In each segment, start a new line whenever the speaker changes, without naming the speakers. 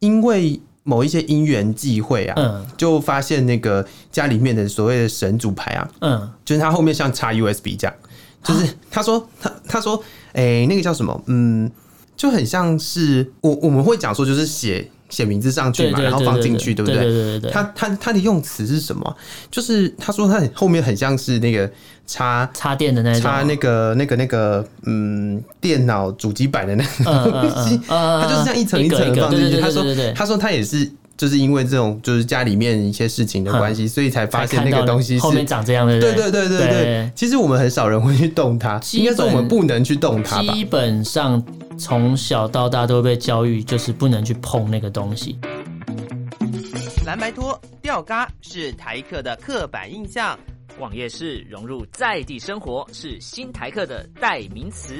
因为某一些因缘际会啊，
嗯
就发现那个家里面的所谓的神主牌啊，
嗯，
就是它后面像插 USB 这样，
啊
就是他说他他说哎、那个叫什么嗯，就很像是我我们会讲说就是写写名字上去
对
嘛，
对，
然后
对
放
对
进去，对
对
不对？
对对对对，
他他他的用词是什么？就是他说他很后面很像是那个插
插电的那种，
插那个那个那个嗯电脑主机板的那个
嗯嗯
东西
嗯，嗯，
他就是这样一层一
一
层
个
的放进
对
去。
对
他
对
说
对对对，
他说他也是就是因为这种就是家里面一些事情的关系，所以才发现那
嗯才看
个
到
东西是
后。面长这样的，
对对对对对
对，
其实我们很少人会去动它，
基
应
本
该说我们不能去动它吧？
基本上从小到大都被教育，就是不能去碰那个东西。
蓝白拖、吊嘎是台客的刻板印象。
逛夜市融入在地生活是新台客的代名词。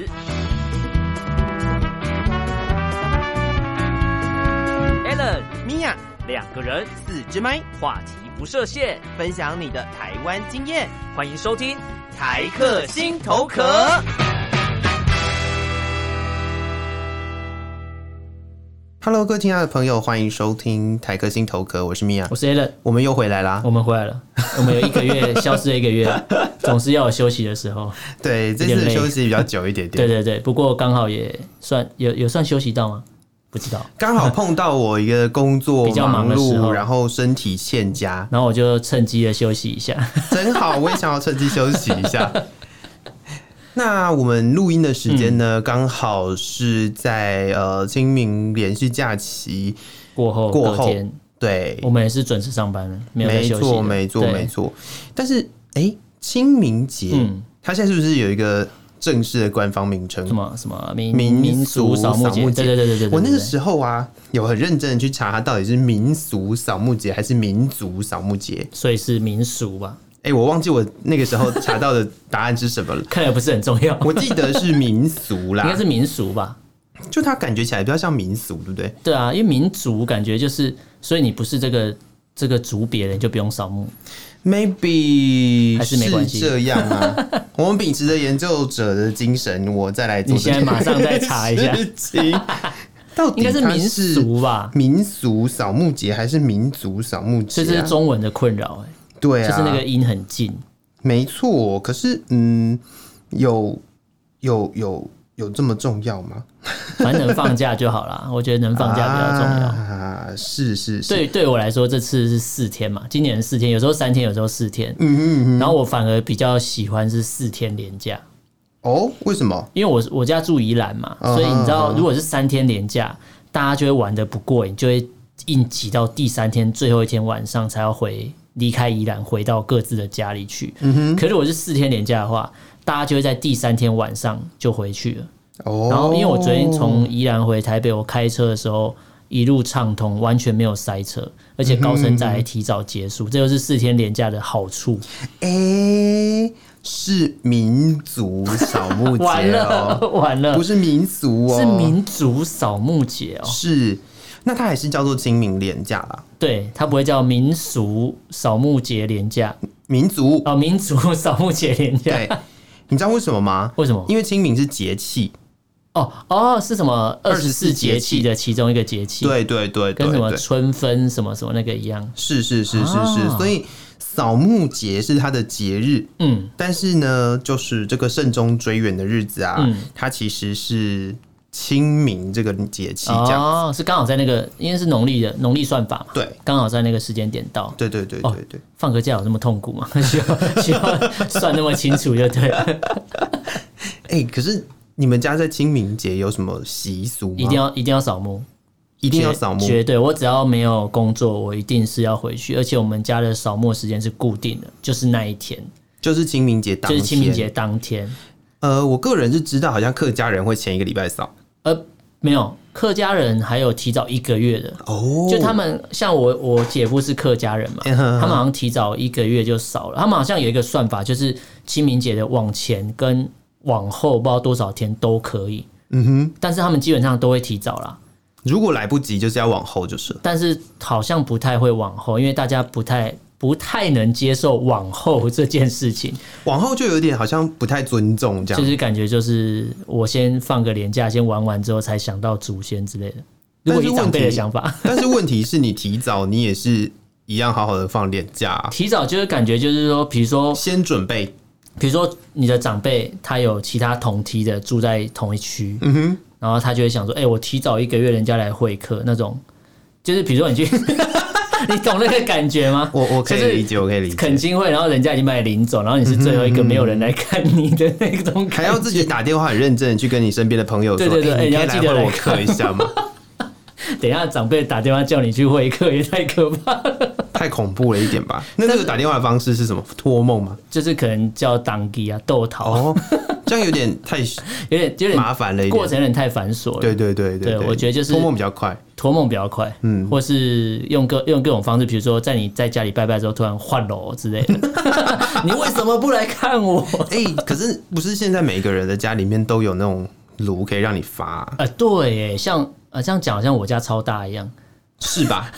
Allen
米娅，
两个人，
四支麦，
话题不设限，
分享你的台湾经验，
欢迎收听《
台客心头壳。
Hello，各位亲爱的朋友，欢迎收听台客心头壳，我是米娅
我，是哦 Alan，
我们又回来啦。
我们回来了，我们有一个 月消失了一个月，总是要有休息的时候。
对，这
有点
次
累
休息比较久一点
对
点，
对对，不过刚好也算有有算休息到吗？不知道。
刚好碰到我一个工作
比较忙的时
碌，
候
然后身体欠佳，
然后我就趁机的休息一下。
真好，我也想要趁机休息一下。那我们录音的时间
嗯
呢，刚、好是在呃清明连续假期，
过后
过后
隔天，
对
我，们也是准时上班了，没有在
没
休息的。
错，没错，
对
没。错。但是，哎、清明节、
嗯
它现在是不是有一个正式的官方名称
什？么什么民
民
俗
扫
扫墓
节，
节？对对对对对。
我那个
时
时候啊，有很认真的去查它到底是民俗扫墓节还是民族扫墓节。
所以是民俗吧，。
哎、我忘记我那个时候查到的答案是什么了
看来不是很重 要。
我记得是民俗啦，
应该是民俗吧？
就它感觉起来比较像民俗，对不对？
对啊，因为民族感觉就是，所以你不是这个这个族别的，你就不用扫墓。
Maybe
还是没关系
这样啊。 我们秉持着研究者的精神，我再来做
你现在
这个
马上再查一下
事情，到底
应该是
它
民俗吧
民俗扫墓节还是民族扫墓节、啊？
所以这是中文的困扰、欸，
对啊，
就是那个音很近，
没错。可是嗯，有有有有这么重要吗？
反正能放假就好啦。我觉得能放假比较重要。
啊，是是是，
对，对我来说，这次是四天嘛，今年是四天，有时候三天，有时候四天。嗯嗯嗯。然后我反而比较喜欢是四天连假，
哦，为什么？
因为我我家住宜兰嘛，
嗯
所以你
嗯
知道，
嗯
如果是三天连假，大家就会玩的不过瘾，就会硬挤到第三天最后一天晚上才要回离开宜兰，回到各自的家里去。嗯哼。可是我是四天连假的话，大家就会在第三天晚上就回去了。
哦，
然后因为我昨天从宜兰回台北，我开车的时候一路畅通，完全没有塞车，而且高升站还提早结
嗯
束，这就是四天连假的好处。
哎、是民族扫墓节
完了
哦，
完了，
不是民俗哦，
是民族扫墓节哦，
是那它还是叫做清明廉假啦，
对，它不会叫民俗扫墓节连假
民族、
哦，民族扫墓节连 假。
对。你知道为什么吗？
为什么
因为清明是节气，
哦哦，是什么二十
24
四
节
节
气
气的其中一个节气，，
对对对对
跟什么
对，
春分什么什么那个一样。
是是是是是，
啊
所以扫墓节是它的节日，
嗯，
但是呢，就是这个慎终追远的日子啊，
嗯
它其实是清明这个节气这样，
哦，是刚好在那个，因为是农历的农历算法嘛，
对
刚好在那个时间点到。
对对对
哦
对对。
放个假有这么痛苦吗？ 需要需要 算那么清楚就对了，
哎、可是你们家在清明节有什么习俗吗？
一定要一定要扫墓，
一
一
定要扫墓，
绝对。我只要没有工作，我一定是要回去，而且我们家的扫墓时间是固定的，就是那一天，
就是清明节当
就
天。
是清明节。当天。
呃，我个人是知道，好像客家人会前一个礼拜扫
呃，没有客家人还有提早一个月的，
哦
就他们像我我姐夫是客家人嘛，
嗯哼
他们好像提早一个月就扫了，他们好像有一个算法，就是清明节的往前跟往后不知道多少天都可以，嗯哼，但是他们基本上都会提早啦。
如果来不及，就是要往后就是了。
但是好像不太会往后，因为大家不太不太能接受往后这件事情，
往后就有点好像不太尊重这样。
就是感觉就是我先放个年假，先玩完之后才想到祖先之类的。如果
但
以
是
长
问
辈的
题
想法，
但是问题是你提早，你也是一样好好的放年假啊、
提早就是感觉就是说，比如说
先准备。
比如说你的长辈他有其他同梯的住在同一区，嗯哼，然后他就会想说，哎、我提早一个月人家来会客那种，就是比如说你去， 你懂那个感觉吗？
我我可以
就是
理解，我可以理
恳
解。
亲会，然后人家已经把你领走，然后你是最后一个没有人来看你的那种感觉，
还要自己打电话很认真的去跟你身边的朋友说，
对对对
哎你
哎
可以
你要
来
记得
会我
来
客一下吗？
等一下长辈打电话叫你去会客也太可怕了，
太恐怖了一点吧？那这个打电话的方式是什么？托梦吗？
就是可能叫当机啊、豆桃啊，
哦，这样有点太
有点有点
麻烦了一点。
过程有点太繁琐了，
对对对
对
对，
我觉得就是
托梦比较快。
托梦比较快，嗯，或是用各用各种方式，比如说在你在家里拜拜之后突然换楼之类的， 你为什么不来看我？
哎、可是不是现在每个人的家里面都有那种炉可以让你发啊、
呃，对耶，像呃这样讲，好像我家超大一样，
是吧？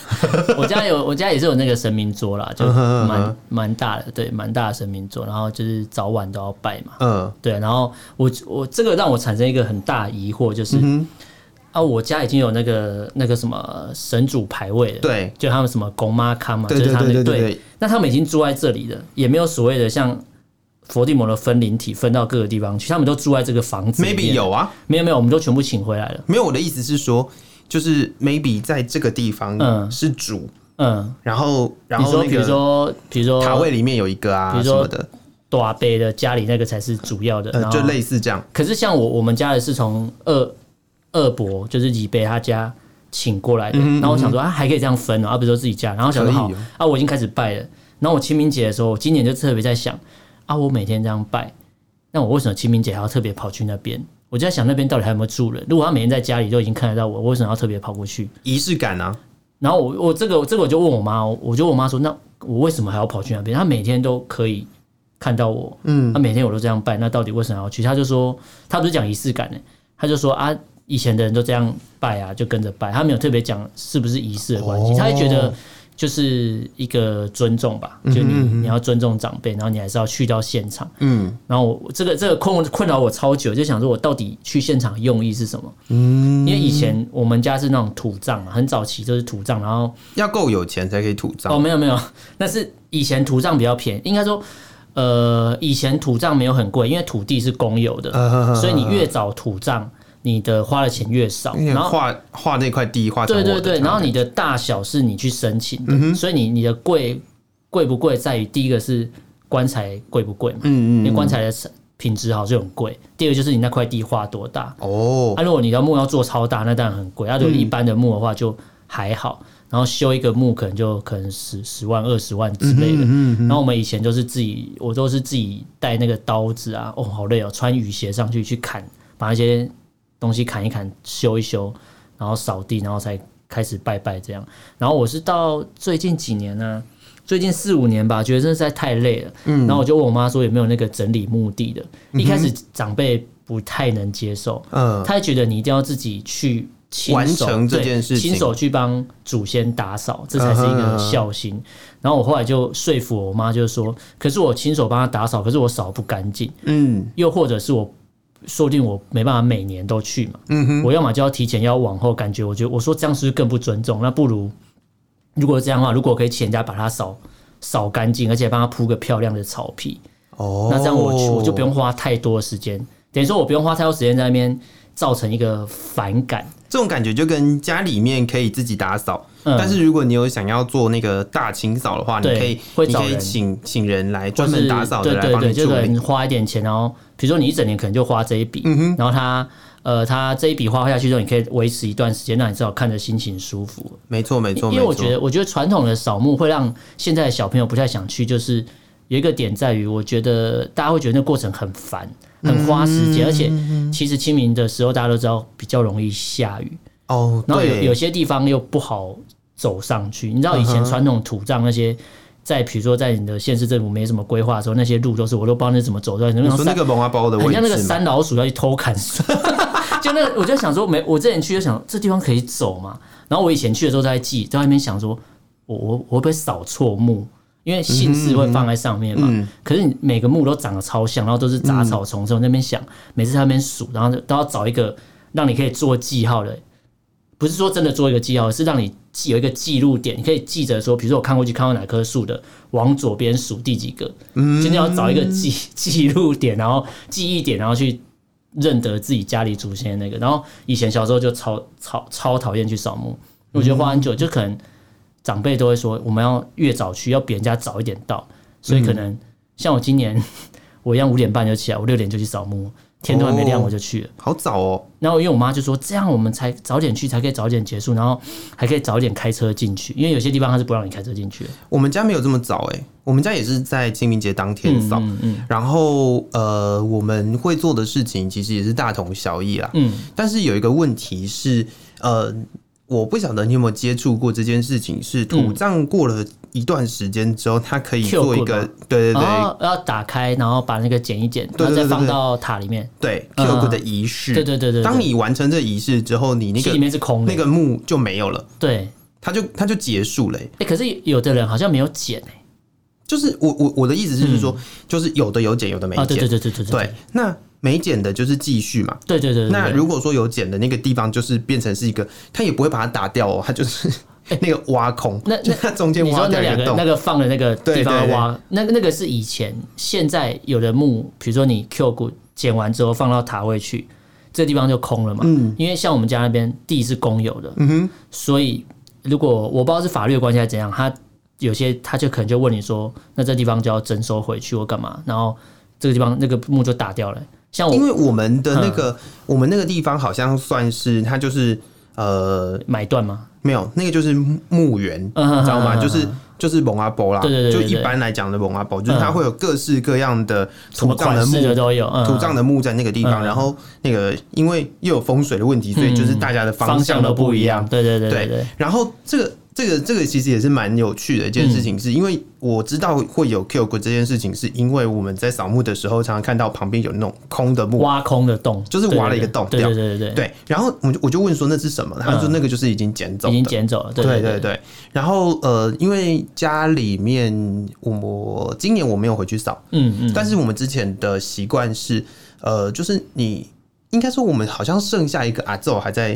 我家有我家也是有那个神明桌啦，就
嗯哼嗯哼
蛮蛮大的，对，蛮大的神明桌，然后就是早晚都要拜嘛，
嗯，
对，然后我我这个让我产生一个很大的疑惑，
嗯
就是、啊，我家已经有那个那个什么神主牌位了，
对
就他们什么公妈康嘛，
对
就是他们
对对对对
那他们已经住在这里了，也没有所谓的像佛地魔的分灵体分到各个地方去，他们都住在这个房子里
，maybe
面。
有啊，
没有没有，我们都全部请回来了。
没有我的意思是说，就是 maybe 在这个地方
嗯
是主，
嗯，
然后然
你
后
说
那
比如
个
说比如说
塔位里面有一个
比
啊
如
什
说哦
么的，
大杯的家里那个才是主要的，
呃，
然后
就类似这样。
可是像我我们家的是从二二伯就是李贝他家请过来的，然后我想说啊还可以这样分哦，而、不是说自己家，然后想说
可以
好
哦
啊我已经开始拜了，然后我清明节的时候，我今年就特别在想啊我每天这样拜，那我为什么清明节还要特别跑去那边？我就在想那边到底还有没有住人？如果他每天在家里都已经看得到我，我为什么要特别跑过去？
仪式感啊，
然后我我这个这个我就问我妈，我就问我妈说，那我为什么还要跑去那边？她每天都可以看到我，嗯，她每天我都这样拜，那到底为什么要去？她就说，她不是讲仪式感呢、她就说啊，以前的人都这样拜啊，就跟着拜，她没有特别讲是不是仪式的关系，
哦
她会觉得。就是一个尊重吧，就你你要尊重长辈，然后你还是要去到现场。嗯，然后我这个这个困困扰我超久，就想说我到底去现场的用意是什么？嗯，因为以前我们家是那种土葬嘛，很早期就是土葬，然后
要够有钱才可以土
哦，
葬。
没有没有， 那是以前土葬比较便宜，应该说，呃，以前土葬没有很贵，因为土地是公有的，
啊
所以你越早土葬，你的花的钱越少，
因为
然后。
画画那块地画成
对对
我的嗯
对，
这样
然后你的大小是你去申请的，所以你你的贵贵不贵，在于第一个是棺材贵不贵嘛，
嗯
因为棺材的品质好就很贵。第二个就是你那块地画多大，
哦，
啊，如果你的木要做超大，那当然很贵。啊，如果一般的木的话就还好，然后修一个木可能就可能十十万、二十万之类的。然后我们以前就是自己，我都是自己带那个刀子啊，哦，好累哦，穿雨鞋上去去砍，把那些东西砍一砍，修一修，然后扫地，然后才开始拜拜这样。然后我是到最近几年呢、最近四五年吧，觉得真的实在太累了。嗯，然后我就问我妈说有没有那个整理墓地的。一开始长辈不太能接受，
嗯，
他会觉得你一定要自己去亲手
完成这
对
件事情
亲手去帮祖先打扫，这才是一
嗯哼嗯
个
哼
孝心。然后我后来就说服我妈，就是说，可是我亲手帮他打扫，可是我扫不干净，
嗯，
又或者是我。说不定我没办法每年都去嘛，
嗯
我要么就要提前，要往后，感觉我觉得我说这样是不是更不尊重？那不如如果这样的话，如果可以请人家把它扫扫干净，而且帮他铺个漂亮的草皮，
哦，
那这样我去我就不用花太多的时间，等于说我不用花太多时间在那边造成一个反感。
这种感觉就跟家里面可以自己打扫，
嗯
但是如果你有想要做那个大清扫的话，你
对
可以
会
你
找
可以
人
请请人来专门打扫的
就是
来
对对
帮
对，
你
就
处
可
理。嗯
能花一点钱，然后比如说你一整年可能就花这一笔，然后他呃他这一笔花下去之后，你可以维持一段时间，让你至少看着心情舒服。
没错没错，
因为我
没
觉得
错。
我觉得传统的扫墓会让现在的小朋友不太想去，就是有一个点在于，我觉得大家会觉得那过程很烦。很花时
嗯
间，而且其实清明的时候大家都知道比较容易下雨，
哦，
然后有
对嗯
有些地方又不好走上去。你知道以前传统土葬那些，在比如说在你的县市政府没什么规划的时候，那些路都是我都不知道那是怎么走的，你
你说那个蒙阿包的
很
位
像那个
置吗？
山老鼠要去偷砍树。 就那个，我就想说，没，我之前去就想这地方可以走嘛。然后我以前去的时候在记，在外面想说，我我我会不会扫错墓？因为姓氏会放在上面嘛。
嗯
可是你每个墓都长得超像，然后都是杂草丛生。我在那边想，每次在那边数，然后都要找一个让你可以做记号的不是说真的做一个记号，是让你记有一个记录点，你可以记着说，比如说我看过去看到哪棵树的，往左边数第几个，嗯，今天要找一个记记录点，然后记忆点，然后去认得自己家里祖先的那个。然后以前小时候就超超超讨厌去扫墓，我觉得花很
嗯
久，就可能长辈都会说我们要越早去，要比人家早一点到，所
嗯
以可能像我今年我一样五点半就起来，我六点就去扫墓，天都还没亮
哦
我就去了。
好早哦，
然后因为我妈就说，这样我们才早点去，才可以早点结束，然后还可以早点开车进去，因为有些地方它是不让你开车进去的。
我们家没有这么早哎、我们家也是在清明节当天扫。
嗯嗯
然后呃，我们会做的事情其实也是大同小异啦。
嗯，
但是有一个问题是，呃，我不晓得你有没有接触过这件事情，是
嗯
土葬过了一段时间之后，它可以
Q
做一个
棍吗哦
对对对、
然后要打开，然后把那个剪一剪，
对
然
对
后再
对
放
对对
到塔里面。
对
嗯
Q 的仪式。
对对对对，对
当你完成这仪式之后，你那
心里面
个
是空的。
那个墓就没有了，
对，
它就它就结束了欸、
哎，可是有的人好像没有剪哎。
就是我我我的意思是说，就是有的有减，有的没
嗯啊，
减。
对对对对对
对，那没减的就是继续嘛。
对对对对。
那
对
如果说有剪的那个地方，就是变成是一个，它也不会把它打掉哦，它就是 那个挖空，
哎那
就
那
它中间
你
挖
说那
掉一
两
个
个
洞。
那个放的那个地
对
方
对
挖，那那个是以前，现在有的墓，比如说你 Q 骨剪完之后放到塔位去，这地方就空了嘛。
嗯
因为像我们家那边地是公有的，
嗯
所以如果我不知道是法律的关系还是怎样，他有些他就可能就问你说，那这地方就要征收回去或干嘛，然后这个地方那个墓就打掉了。像
哼，因
我
为我们的那个、
嗯
我们那个地方好像算是它就是呃
买断嘛，
没有那个就是墓园，
嗯哼
你知道吗？
哼
就
哼
是。就是蒙阿波啦，
对对对对对
就一般来讲的蒙阿波，就是它
嗯
会有各式各样的
什
土
么
葬
款
的墓
式的都有，嗯
土葬的墓在那个地方，
嗯
然后那个因为又有风水的问题，所以就是大家的
方
向
都
不
一
样。
对对对
对
对，
然后这个这个这个其实也是蛮有趣的一件事情，
嗯
是因为我知道会有 Q 过这件事情，是因为我们在扫墓的时候，常常看到旁边有那种空的墓，
挖空的洞，
就是挖了一个洞
对
掉
对对对对，
对。然后我就我就问说那是什么，他就说那个就是已经捡走
已经
的。
捡走了，对
对
对
对对，然后呃，因为家里面我我今年我没有回去扫，
嗯嗯，
但是我们之前的习惯是，呃，就是你应该说我们好像剩下一个阿奏还在，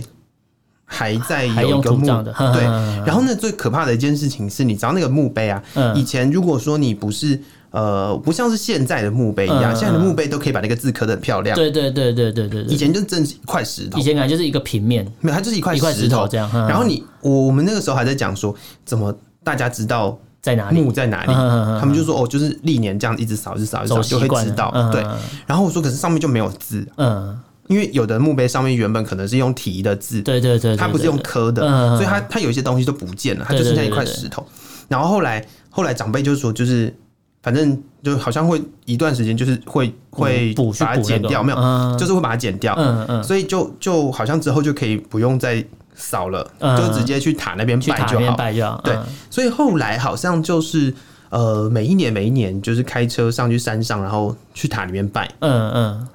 还在
还
有
用
一个
土
墓
葬的，
对。然后呢，最可怕的一件事情是，你知道那个墓碑啊，
嗯
以前如果说你不是呃，不像是现在的墓碑一样，
嗯
现在的墓碑都可以把那个字刻的很漂亮。
对对对对对对对，
以前就正一块石头
以，前感觉就是一个平面，
没有，它就是一块
一块石头这样嗯
然后你，我我们那个时候还在讲说，怎么大家知道
在哪里？
墓在哪里
嗯嗯嗯嗯？
他们就说哦，就是历年这样一直扫，一直扫，一直扫，
走
就
习
会
惯
知
了
道。
嗯
对，
嗯
然后我说，可是上面就没有字，
嗯，
因为有的墓碑上面原本可能是用题的字，
对对对，对
它不是用
对
刻的，
嗯嗯嗯
所以它它有一些东西都不见了，它就剩下一块石头。然后后来后来长辈就说，就是反正就好像会一段时间就是会会
嗯补去
把它
补那
剪
个
掉，没有，
嗯
就是会把它剪掉，
嗯嗯，
所以就就好像之后就可以不用再扫了，
嗯
就直接去塔那边
去
拜
塔
就
面
好。
拜就好，
对
嗯
所以后来好像就是呃每一年每一年就是开车上去山上，然后去塔里面拜。
嗯嗯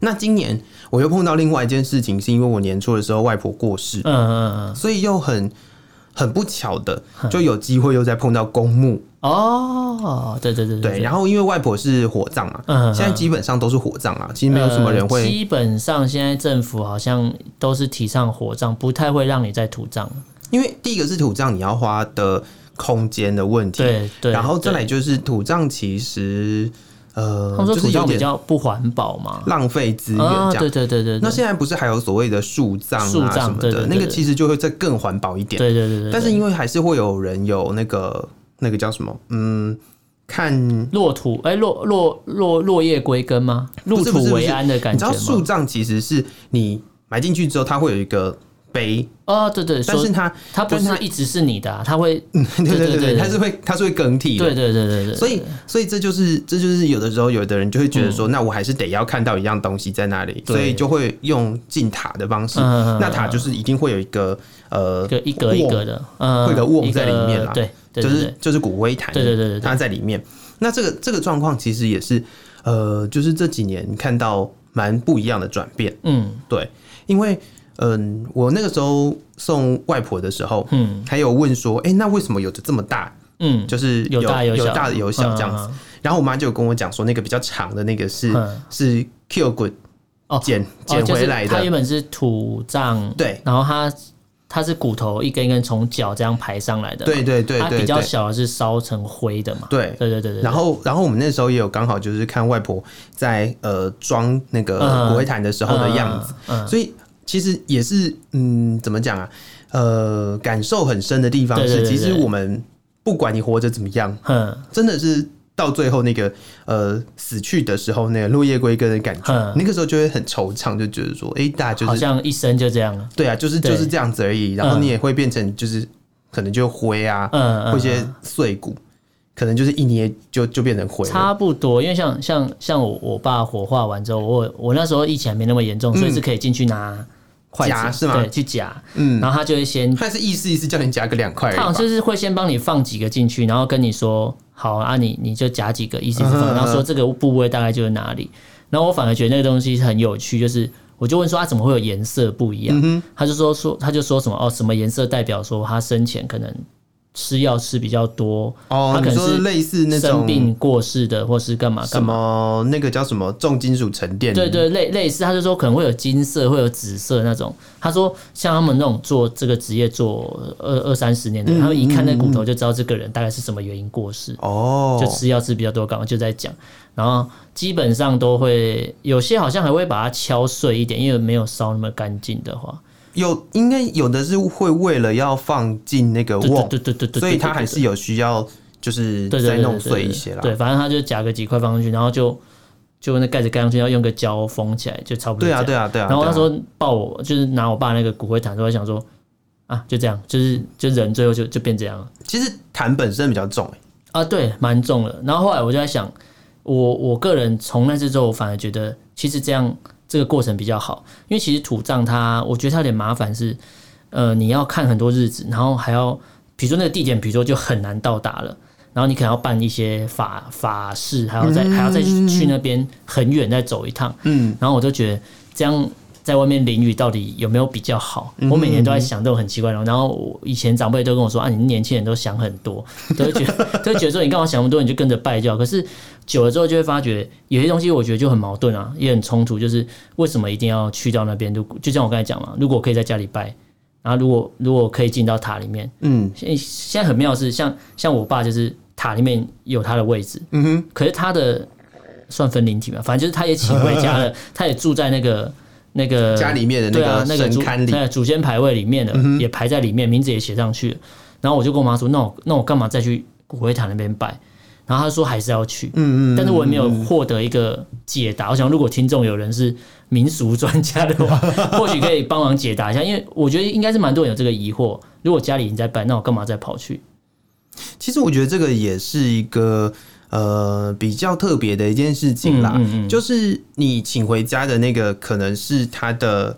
那今年我又碰到另外一件事情，是因为我年初的时候外婆过世
嗯，嗯嗯，
所以又很很不巧的，就有机会又再碰到公墓。
哦，对对对
对，
对，
然后因为外婆是火葬嘛，
嗯
现在基本上都是火葬啊，其实没有什么人
呃
会，
基本上现在政府好像都是提倡火葬，不太会让你在土葬。
因为第一个是土葬你要花的空间的问题，
对对，
然后再
对
来就是土葬其实呃
他们，
就
说
是
土
有
葬比
点
较不环保嘛，
浪费资源
啊，
这
对
样。
对对对，对
那现在不是还有所谓的树葬
树
啊
葬
什么
对对
的，
对
那个
对
其实就会再更环保一点。
对对对对，
但是
对
因为还是会有人有那个那个叫什么，嗯，看
落土哎落落落落叶归根吗？入
不是不
土
是不
为
是
安的感
你知
觉
道
吗？
树葬其实是你埋进去之后，它会有一个碑，
哦，对对，
但
说
是它
它不
但是
是
它嗯
一直是你的啊，它会
对
对对
对
对
对，它是会它是会更替
对
的。
对对对对，
所以，所以这就是，这就是有的时候，有的人就会觉得说，那我还是得要看到一样东西在那里，
嗯对
所以就会用进塔的方式。
嗯
那塔就是一定会有一个呃
一，个一格一格的，嗯，
会有个瓮在里面
一
啦
个对，对
就
对
是
对
就是骨灰坛，
对对对对对
它在里面。那这个这个状况其实也是，呃，就是这几年看到蛮不一样的转变。
嗯
对，因为嗯，我那个时候送外婆的时候，
嗯
还有问说，哎、那为什么有的这么大？
嗯，
就是
有大
有
小，嗯
大有小这样子。
子，
然后我妈就有跟我讲说，那个比较长的那个是、
嗯
是 Q 滚
哦
捡
哦
捡
就是
回来的，
它原本是土葬，
对
然后它它是骨头一根一根从脚这样排上来的嘛，
对对对
它
对
比较
对
小的是烧成灰的嘛，
对
对对对对，
然后，然后我们那时候也有刚好就是看外婆在呃装那个
嗯
骨灰坛的时候的样子，
嗯，嗯
所以其实也是嗯，怎么讲啊？呃，感受很深的地方
对对
是，
对
其实
对
我们不管你活着怎么样，
嗯
真的是到最后那个呃死去的时候，那个落叶归根的感觉，
嗯
那个时候就会很惆怅，就觉得说，哎，大家
好
就是
像一生就这样了，
对啊，就是
对
就是这样子而已。然后
嗯
你也会变成就是可能就灰啊，
嗯，嗯
或一些碎骨，可能就是一捏就就变成灰了。
差不多，因为像像像我我爸火化完之后，我我那时候疫情还没那么严重，所以是可以进去拿
嗯
筷
夹
子
是吗
对，去夹，
嗯，
然后他就会先，
他是意思意思叫你加个两块而已
他好
吧，
像就是会先帮你放几个进去，然后跟你说好啊你，你就夹几个，意思是
嗯嗯
放，
嗯
然后说这个部位大概就是哪里，然后我反而觉得那个东西很有趣，就是。我就问说他啊怎么会有颜色不一
嗯
样？他就说说他就说什么哦，什么颜色代表说他生前可能吃药吃比较多，
哦
他，可
你
能
说
是
类似那
生
种
病过世的，或是干嘛
什
干嘛。
么那个叫什么重金属沉淀，
对对，类类似，他就说可能会有金色，会有紫色那种。他说像他们那种做这个职业做二二三十年的人，他们一看那骨头就知道这个人大概是什么原因过世，
嗯哦，
就吃药吃比较多，刚刚就在讲。然后基本上都会有些好像还会把它敲碎一点，因为没有烧那么干净的话，
有应该有的是会为了要放进那个
对对
瓮，
对对对对，
呃所以
对
它还是。有需要就是
对对
再
对对
弄
对
碎一
对
些啦。
对，反正他就夹个几块放上去，然后就就那盖子盖上去，要用个胶封起来，就差不多。
对啊对啊对啊。
然后
对
那
啊
时候抱我，就是拿我爸那个骨灰坛，说想说啊，就这样，就是就人最后就就变这样了
其实痰本身比较重，欸
啊，对，蛮重的。然后后来我就在想，我我个人从那次之后，我反而觉得其实这样这个过程比较好，因为其实土葬它，我觉得它有点麻烦是，呃，你要看很多日子，然后还要比如说那个地点，比如说就很难到达了。然后你可能要办一些法法事，还要再、还要再去去那边很远再走一趟，
嗯，
然后我就觉得这样在外面淋雨到底有没有比较好？我每年都在想这种很奇怪的东西。然后我以前长辈都跟我说啊，你年轻人都想很多， 都会觉得都会觉得说你干嘛想那么多，你就跟着拜就好。可是久了之后就会发觉有些东西我觉得就很矛盾啊，也很冲突，就是为什么一定要去到那边？如果就像我刚才讲嘛，如果我可以在家里拜。然后，如果如果可以进到塔里面，
嗯，
现现在很妙的是，像像我爸就是塔里面有他的位置，
嗯哼，
可是他的算分灵体嘛，反正就是他也请回家 了，他也住在那个那个
家里面的那
对啊
个
那个
神
祖
龛里嗯
那个祖先牌位里面的、也排在里面，名字也写上去了。然后我就跟我妈说，那我那我干嘛再去骨灰坛那边拜？然后她说还是要去，嗯嗯但是我也没有获得一个解答。我想，如果听众有人是民俗专家 的话，或许可以帮忙解答一下，因为我觉得应该是蛮多人有这个疑惑。如果家里已经在拜，那我干嘛再跑去？
其实我觉得这个也是一个呃比较特别的一件事情
嗯
啦，就是你请回家的那个可能是他的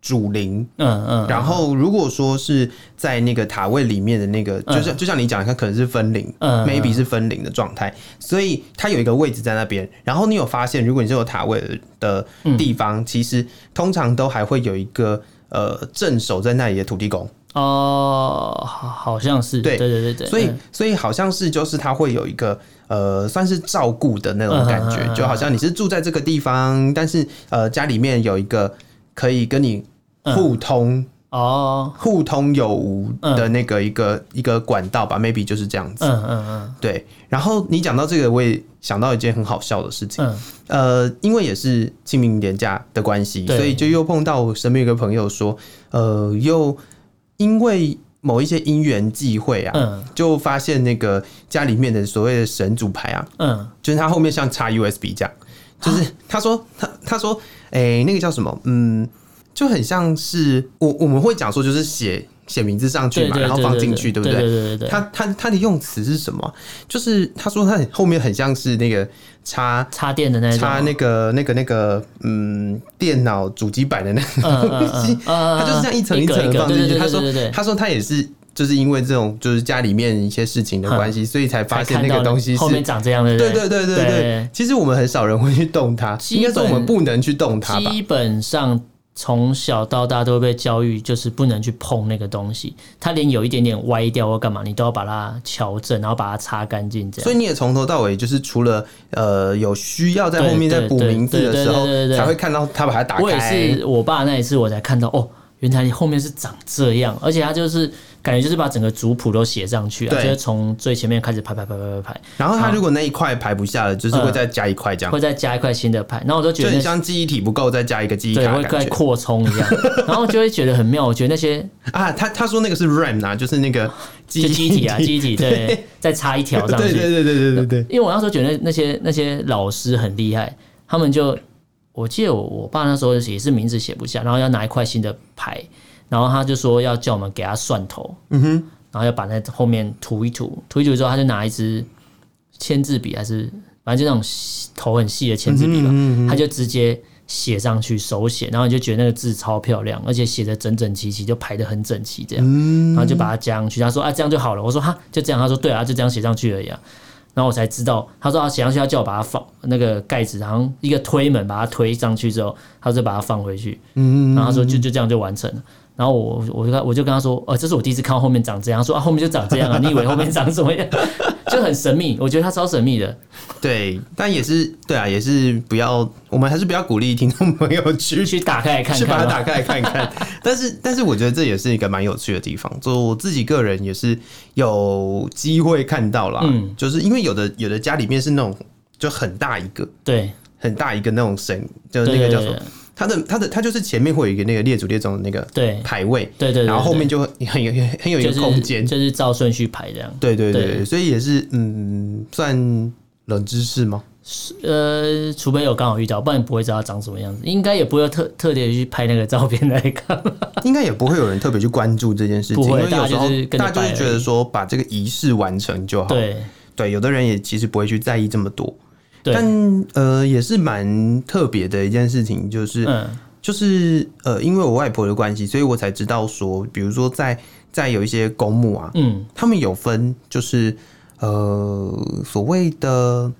主灵，
嗯嗯，
然后如果说是在那个塔位里面的那个，就像就像你讲，它可能是分灵
嗯
，maybe 是分灵的状态，所以它有一个位置在那边。然后你有发现，如果你是有塔位的地方，其实通常都还会有一个呃镇守在那里的土地公，
哦，好好像是，
对
对对对对，
所以
嗯
所以好像是就是它会有一个。呃，算是照顾的那种感觉
嗯嗯嗯，嗯
就好像你是住在这个地方，但是呃，家里面有一个可以跟你
嗯
互通
哦，
互通有无的那个一个、一个管道吧，maybe 就是这样子。
嗯嗯
对，然后你讲到这个，我也想到一件很好笑的事情。
嗯
呃，因为也是清明年假的关系，
对
所以就又碰到我身边有个朋友说，呃，又因为某一些因缘际会啊，
嗯
就发现那个家里面的所谓的神主牌啊，
嗯
就是它后面像插 USB 这样，
啊
就是他说他他说哎、那个叫什么嗯，就很像是我我们会讲说就是写写名字上去
对
嘛，
对，
然后
对
放
对
进
对
去，对不
对？对对对
他
对，
他他的用词是什么？就是他说他后面很像是那个插
插电的那种，
插那个那个那个嗯电脑主机板的那个
嗯嗯
东西，
嗯嗯，
他就是这样一层一层
个
的
个
放进去。
对对对
他说
对对对
他说他也是就是因为这种就是家里面一些事情的关系，所以才发现
啊才看
那
到
个东西是
后面长这样的，
对
对
对对对对
对，
其实我们很少人会去动它，
基
应
本
该说我们不能去动它吧？
基本上。从小到大都会被教育，就是不能去碰那个东西，它连有一点点歪掉或干嘛，你都要把它调整，然后把它擦干净，这样。
所以你也从头到尾就是除了呃有需要在后面
对
在
对
补名字的时候
对对对对对对
才会看到他把它打
我也
开，
是，我爸那一次我才看到哦，原来你后面是长这样，而且他就是感觉就是把整个族谱都写上去啊，
对
就是从最前面开始排排排排排排，
然后他如果那一块排不下了，就是会再加一块这样
嗯会，再加一块新的牌，然后我都
就
觉得
很
那
像记忆体不够，再加一个记忆卡
对
的
会
感
再
觉
扩充一样， 然后就会觉得很妙。我觉得那 些
啊。他他说那个是 RAM 啊，就是那个记
就
忆
机体啊，机体 对，再插一条
对
上
对
去，
对对对对对，
因为我那时候觉得那些那些老师很厉害，他们就我记得我我爸那时候也是名字写不下，然后要拿一块新的牌，然后他就说要叫我们给他算头，嗯哼，然后要把那后面涂一涂，涂一涂之后他就拿一支签字笔还是反正就那种细头很细的签字笔吧，他就直接。写上去手写，然后你就觉得那个字超漂亮，而且写的整整齐齐，就排的很整齐，这样，然后就把它加上去。他说啊，这样就好了。我说哈，就这样。他说对啊，就这样写上去而已啊。然后我才知道，他说他写上去，他叫我把它放那个盖子，然后一个推门把它推上去之后，他就把它放回去。嗯，然后他说就就这样就完成了。然后我我就跟我就跟他说，呃，这是我第一次看到后面长这样。他说啊，后面就长这样啊，你以为后面长什么样？ 就很神秘，我觉得他超神秘的。
对，但也是对啊，也是不要，我们还是不要鼓励听众朋友去
去打开来看
去把它
看
打
吧，
开来看看。 但是，但是我觉得这也是一个蛮有趣的地方。就我自己个人也是有机会看到啦，
嗯
就是因为有的有的家里面是那种就很大一个
对，
很大一个那种神，就
对
是那
对
个叫什
对
么？它的它的它就是前面会有一个那个列祖列宗的那个
对
牌位，
对对，
然后后面
就
就很很有很有一
就
个
是
空间。
就是照顺序排这样。
对对对，
对
所以也是嗯，算冷知识吗？
呃，除非有刚好遇到，不然你不会知道它长什么样子，应该也不会特特别去拍那个照片来看。
应该也不会有人特别去关注这件事情，
不
因
会
为有时候
大家就是跟着
大家就是觉
拜而
得
已
说把这个仪式完成就好。
对
对，有的人也其实不会去在意这么多，
对，
但呃，也是蛮特别的一件事情，就是、
嗯。
就是呃，因为我外婆的关系，所以我才知道说，比如说在在有一些公墓啊，
嗯，
他们有分就是呃所谓的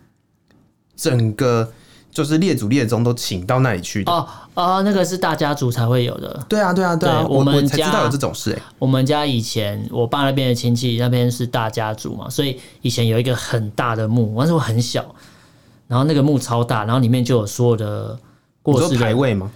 整个就是列祖列宗都请到那里去的。
哦哦，那个是大家族才会有的。
对啊，对啊，对啊，
对
我
我们
才知
家
道有这种事、欸，
我们家以前我爸那边的亲戚那边是大家族嘛，所以以前有一个很大的墓，那时候很小，然后那个墓超大，然后里面就有所有的
你
过
说
世
牌
的
位吗？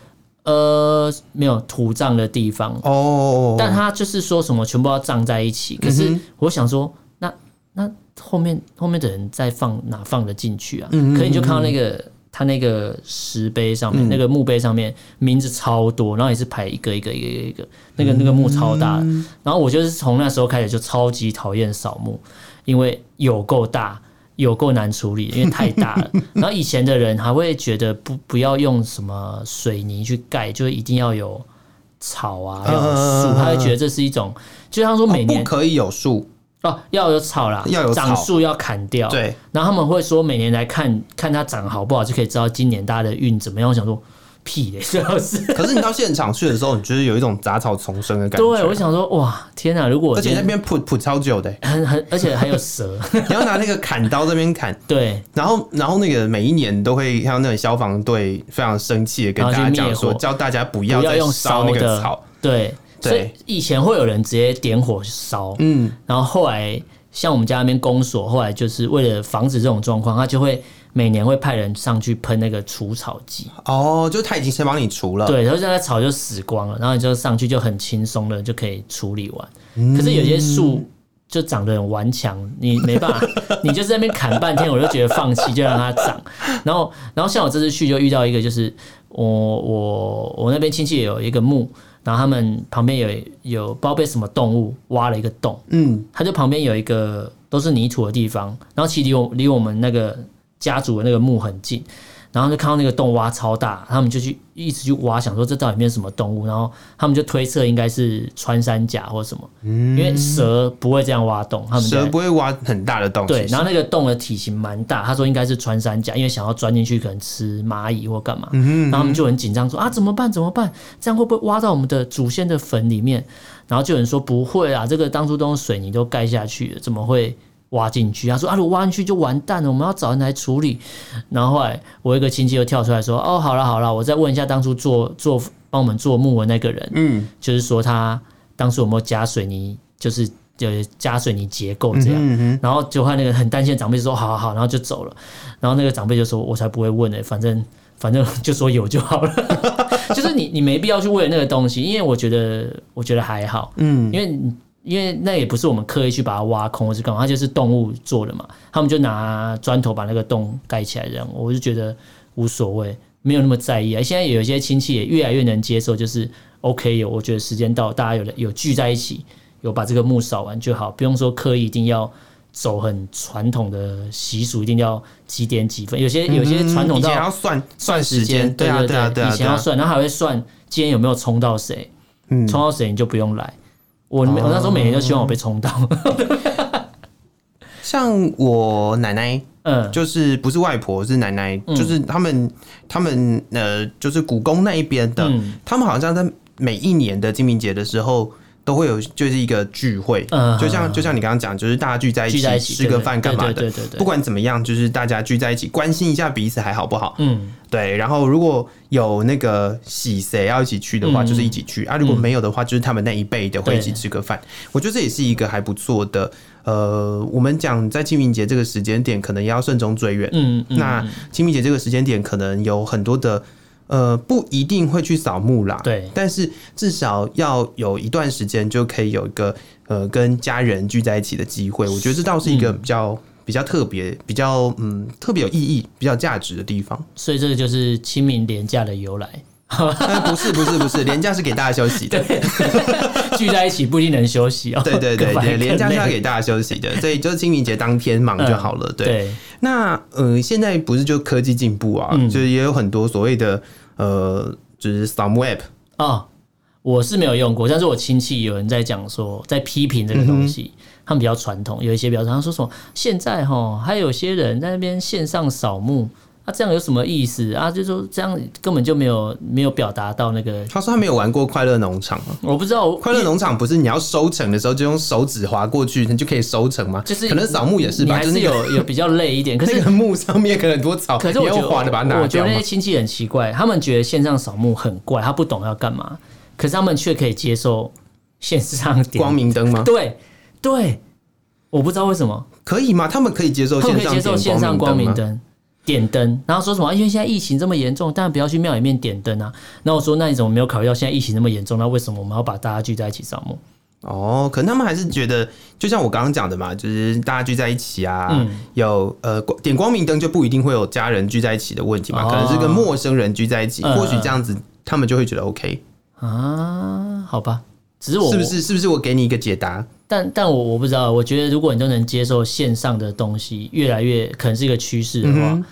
呃没有土葬的地方，
哦哦，哦嗯
但他就是说什么全部要葬在一起。可是我想说，那那后面后面的人再放哪放得进去啊？
嗯
可是你就看到那个他那个石碑上面、那个墓碑上面名字超多，然后也是排一个一个一个一个一个，那
嗯
个那个墓超大的。然后我就是从那时候开始就超级讨厌扫墓，因为有够大。有够难处理，因为太大 了。然后以前的人还会觉得不不要用什么水泥去盖，就一定要有草啊，要有
嗯嗯嗯嗯
树，他会觉得这是一种，就像说每
哦不
年
可以有树，
哦要有草啦，
要有草
长树要砍掉，。
对，
然后他们会说每年来看看它长好不好，就可以知道今年大家的运怎么样。我想说屁嘞， 主要是
可是你到现场去的时候，你就是有一种杂草丛生的感
对，
觉。
我想说哇天啊哪，如果我
而
今
且那
天
边铺铺超久的欸、
很很，而且还有蛇，
你要拿那个砍刀这边砍，
对
然后然后那个每一年都会看到那个消防队非常生气的跟大
然
家
后去灭
讲说，
火
叫大家不
不要
再
用
烧那个
的
草。
对。
对
所以以前会有人直接点火烧，
嗯，
然后后来像我们家那边公所，后来就是为了防止这种状况，他就会每年会派人上去喷那个除草剂。
哦，就他已经先帮你除了，
对，然后现在草就死光了，然后你就上去就很轻松的就可以处理完。可是有些树就长得很顽强，你没办法， 你就在那边砍半天，我就觉得放弃，就让它长。然后，然后像我这次去就遇到一个，就是我我我那边亲戚也有一个墓，然后他们旁边有有不知道被什么动物挖了一个洞，
嗯，
它就旁边有一个都是泥土的地方，然后其实离我离我们那个家族的那个墓很近，然后就看到那个洞挖超大，他们就去一直去挖，想说这到底里面是什么动物，然后他们就推测应该是穿山甲或什么，因为蛇不会这样挖洞，他们就
蛇不会挖很大的洞。
对，
其实
然后那个洞的体型蛮大，他说应该是穿山甲，因为想要钻进去可能吃蚂蚁或干嘛，
嗯
然后他们就很紧张说啊怎么办怎么办，这样会不会挖到我们的祖先的坟里面？然后就有人说不会啊，这个当初都用水泥都盖下去了，怎么会？挖进去，他说啊，如果挖进去就完蛋了，我们要找人来处理。然后后来我一个亲戚又跳出来说，哦，好了好了，我再问一下当初做做帮我们做墓的那个人，
嗯，
就是说他当初有没有加水泥，就是呃加水泥结构这样。
嗯
然后就换那个很担心的长辈就说好好好，然后 就走了。然后那个长辈就说：“我才不会问呢、反正反正就说有就好了。”就是你你没必要去为了那个东西，因为我觉得我觉得还好，
嗯
因为因为那也不是我们刻意去把它挖空或是干嘛，它就是动物做的嘛，他们就拿砖头把那个洞盖起来，这样我就觉得无所谓，没有那么在意啊。现在有一些亲戚也越来越能接受，就是 OK 有，我觉得时间到，大家有有聚在一起，有把这个墓扫完就好，不用说刻意一定要。走很传统的习俗，一定要几点几分？有些有些传
嗯
统
以
到
前要算算时
时间
间，，对啊
对
对啊对啊，
以前要
对啊
算，然后还会算今天有没有冲到谁，
嗯
冲到谁你就不用来。我我那时候每年都希望我被冲到，
像我奶奶，
嗯，
就是不是外婆是奶奶，就是他们他们呃，就是故宫那一边的，
嗯
他们好像在每一年的清明节的时候。都会有就是一个聚会，
嗯
就像就像你刚刚讲，就是大家聚在一
聚在一起
吃个饭
对
干
对
嘛的，
对对对对
不管怎么样，就是大家聚在一起关心一下彼此还好不好？
嗯，
对，然后如果有那个喜谁要一起去的话，
嗯
就是一起去啊；如果没有的话，就是他们那一辈的会一起吃个
嗯
饭。我觉得这也是一个还不错的。呃，我们讲在清明节这个时间点，可能也要慎终追远。
嗯嗯
那清明节这个时间点，可能有很多的。呃，不一定会去扫墓啦，
对
但是至少要有一段时间就可以有一个呃跟家人聚在一起的机会，我觉得这倒是一
嗯
个比较、比较特别、比较嗯特别有意义、比较有价值的地方。
所以这个就是清明廉价的由来。
呃，不是不是不是，廉价是给大家休息的。
聚在一起不一定能休息哦。
对对对
更烦
对，廉价是要
更累
给大家休息的，所以就是清明节当天忙就好了。对，
嗯对，
那呃，现在不是就科技进步啊，
嗯
就是也有很多所谓的呃，就是扫墓 app，
哦，我是没有用过，但是我亲戚有人在讲说，在批评这个东
嗯
西，他们比较传统，有一些比较传统，他说什么现在哈，还有些人在那边线上扫墓。啊，这样有什么意思啊？就说这样根本就没有没有表达到那个，
他说他没有玩过快乐农场啊。
我不知道，我
快乐农场不是你要收成的时候就用手指划过去，你就可以收成吗？
就是
可能扫墓也是
你
吧，
还
就是
是
那个
有有比较 累一点，可是
那个墓上面可能很多草，
可是
你
我觉
要
得
划的把它拿
我觉
掉
得那
嘛
些。亲戚很奇怪，他们觉得线上扫墓很怪，他不懂要干嘛，可是他们却可以接受线上点
光。明灯吗？
对对，我不知道为什么
可以吗？他们可以接受
他们
线
可以
上
接受线
点
上光
光
明
吗？
灯。点灯，然后说什么？因为现在疫情这么严重，当然不要去庙里面点灯啊。然后我说，那你怎么没有考虑到现在疫情那么严重？那为什么我们要把大家聚在一起扫墓？
哦，可能他们还是觉得，就像我刚刚讲的嘛，就是大家聚在一起啊，
嗯
有呃光点光明灯就不一定会有家人聚在一起的问题嘛，
哦
可能是跟陌生人聚在一起，
嗯
或许这样子他们就会觉得 OK，
啊？好吧，只是我
是不是？是不是我给你一个解答？
但但我我不知道，我觉得如果你都能接受线上的东西越来越可能是一个趋势的话，
嗯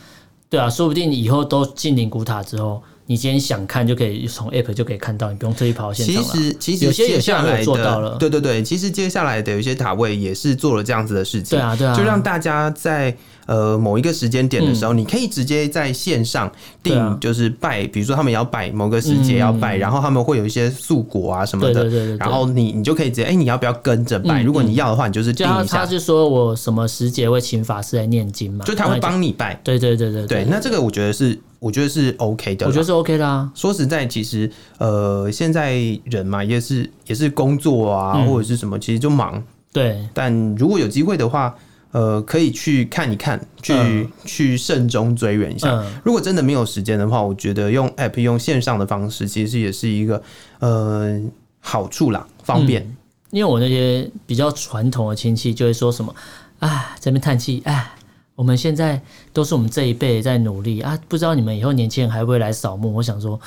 对啊，说不定以后都进灵骨塔之后，你今天想看就可以从 App 就可以看到，你不用特意跑到现
其
场了。
实其实
有些
接下来
有些人有做
的
到了，
对对对，其实接下来的有些塔位也是做了这样子的事情，
对啊对啊
就让大家在呃某一个时间点的时候，你可以直接在线上
嗯对啊嗯
定，就是拜，比如说他们也要拜某个时节要拜，然后他们会有一些素果啊什么的，
对对对对对
然后你你就可以直接，哎、你要不要跟着拜？
嗯
如果你要的话，你就是
就
定
他
一下
他，是说我什么时节会请法师来念经嘛，
就他会
然后
帮你拜
你。对对对对
对，那这个我觉得是，我觉得是 OK 的啦。
我觉得是 OK 的啊。
说实在，其实呃，现在人嘛，也是也是工作啊，
嗯
或者是什么，其实就忙，
对，
但如果有机会的话，呃，可以去看一看，去、
嗯
去慎终追远一下。
嗯
如果真的没有时间的话，我觉得用 app 用线上的方式，其实也是一个呃好处啦，方便。
因为我那些比较传统的亲戚就会说什么，哎，这边叹气，哎，我们现在都是我们这一辈在努力啊，不知道你们以后年轻人还会不会来扫墓？我想说，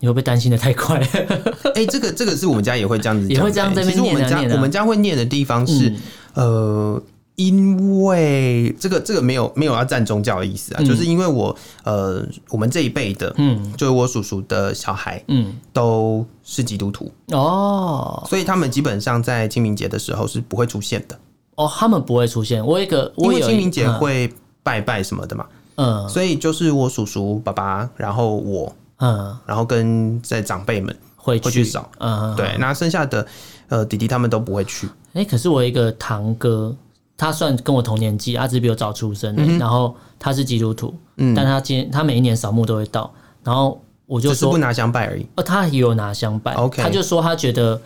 你会不会担心的太快？
哎、这个这个是我们家也会这样子讲的，
嗯也会这样在那
其
边
实我们
念啊
家
念啊嗯
我们家会念的地方是、呃。因为这个这个没有没有要占宗教的意思啊，就是因为我呃我们这一辈的，
嗯
就是我叔叔的小孩
嗯，
都是基督徒，
哦
所以他们基本上在清明节的时候是不会出现的，
哦，他们不会出现。我有一个，
因
我
为
有一
清明节，会拜拜什么的嘛，
嗯嗯
所以就是我叔叔、爸爸，然后我，
嗯，
然后跟在长辈们，
会
会去扫，
嗯，嗯
对，那剩下的呃弟弟他们都不会去，
哎、可是我有一个堂哥，他算跟我同年纪，阿只比我早出生
嗯
的、然后他是基督徒，但他今天他每一年扫墓都会到，然后我就
只是
说
不，拿香拜而已。
哦，他也有拿香拜
OK
他就说他觉得。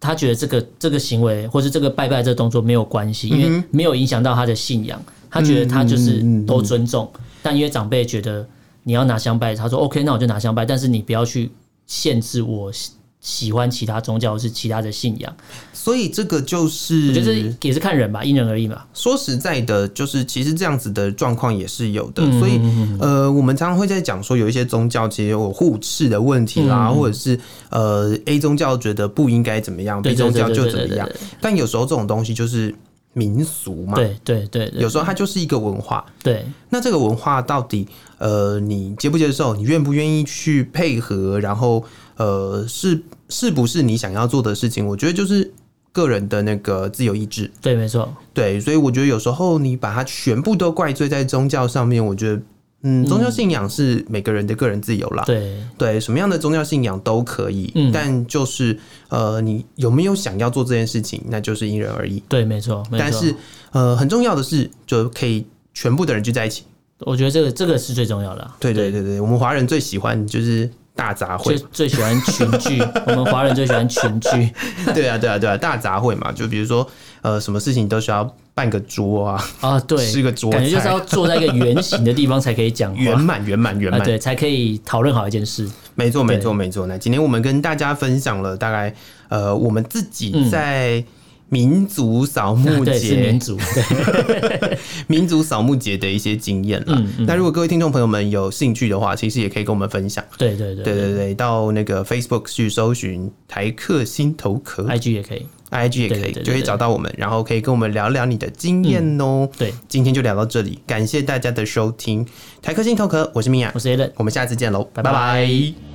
他觉得这个这个行为或是这个拜拜这个动作没有关系，因为没有影响到他的信仰。他觉得他就
嗯嗯
是
嗯嗯嗯
都尊重，但因为长辈觉得你要拿香拜，他说 OK，那我就拿香拜，但是你不要去限制我喜喜欢其他宗教或是其他的信仰。
所以这个就是，
我觉得这也是看人吧，因人而异嘛。
说实在的，就是其实这样子的状况也是有的，
嗯
所以呃，我们常常会在讲说有一些宗教其实有互斥的问题啦，
嗯
或者是呃 A 宗教觉得不应该怎么样，B
对对
宗教
对
就
对
怎么
对
样
对对，
但有时候这种东西就是民俗嘛，
对对对对
有时候它就是一个文化，
对，
那这个文化到底呃，你接不接受？你愿不愿意去配合？然后呃，是是不是你想要做的事情？我觉得就是个人的那个自由意志。
对，没错。
对，所以我觉得有时候你把它全部都怪罪在宗教上面，我觉得。嗯，宗教信仰是每个人的个人自由啦。
对，
对，什么样的宗教信仰都可以，
嗯
但就是呃，你有没有想要做这件事情，那就是因人而异。
对，没错，没错。
但是呃，很重要的是，就可以全部的人聚在一起，
我觉得这个这个是最重要的啊、
对对对对，我们华人最喜欢就是大杂
最
烩。
最喜欢群聚，我们华人最喜欢群聚，
对啊对啊对啊，大杂烩嘛，就比如说呃，什么事情都需要办个桌啊，
啊，对，
吃个桌菜
感觉就是要坐在一个圆形的地方才可以讲话，
圆满圆满圆
啊，
满。
对，才可以讨论好一件事。
没错没
对
错没错。那今天我们跟大家分享了大概呃，我们自己
嗯
在民族扫
啊
墓
对，是
节、
民族，对，
民族扫墓节的一些经验啦。
嗯
那如果各位听众朋友们有兴趣的话，其实也可以跟我们分享。
对对对
对对对，到那个 Facebook 去搜寻台客心头壳。
，IG 也可以，
IG 也可
哎对
以，
对对
就可以
对
找到我们，然后可以跟我们聊聊你的经验哦、
对，
今天就聊到这里，感谢大家的收听，台客心头壳，我是米娅
我，是 a l n
我们下次见喽，
拜
拜拜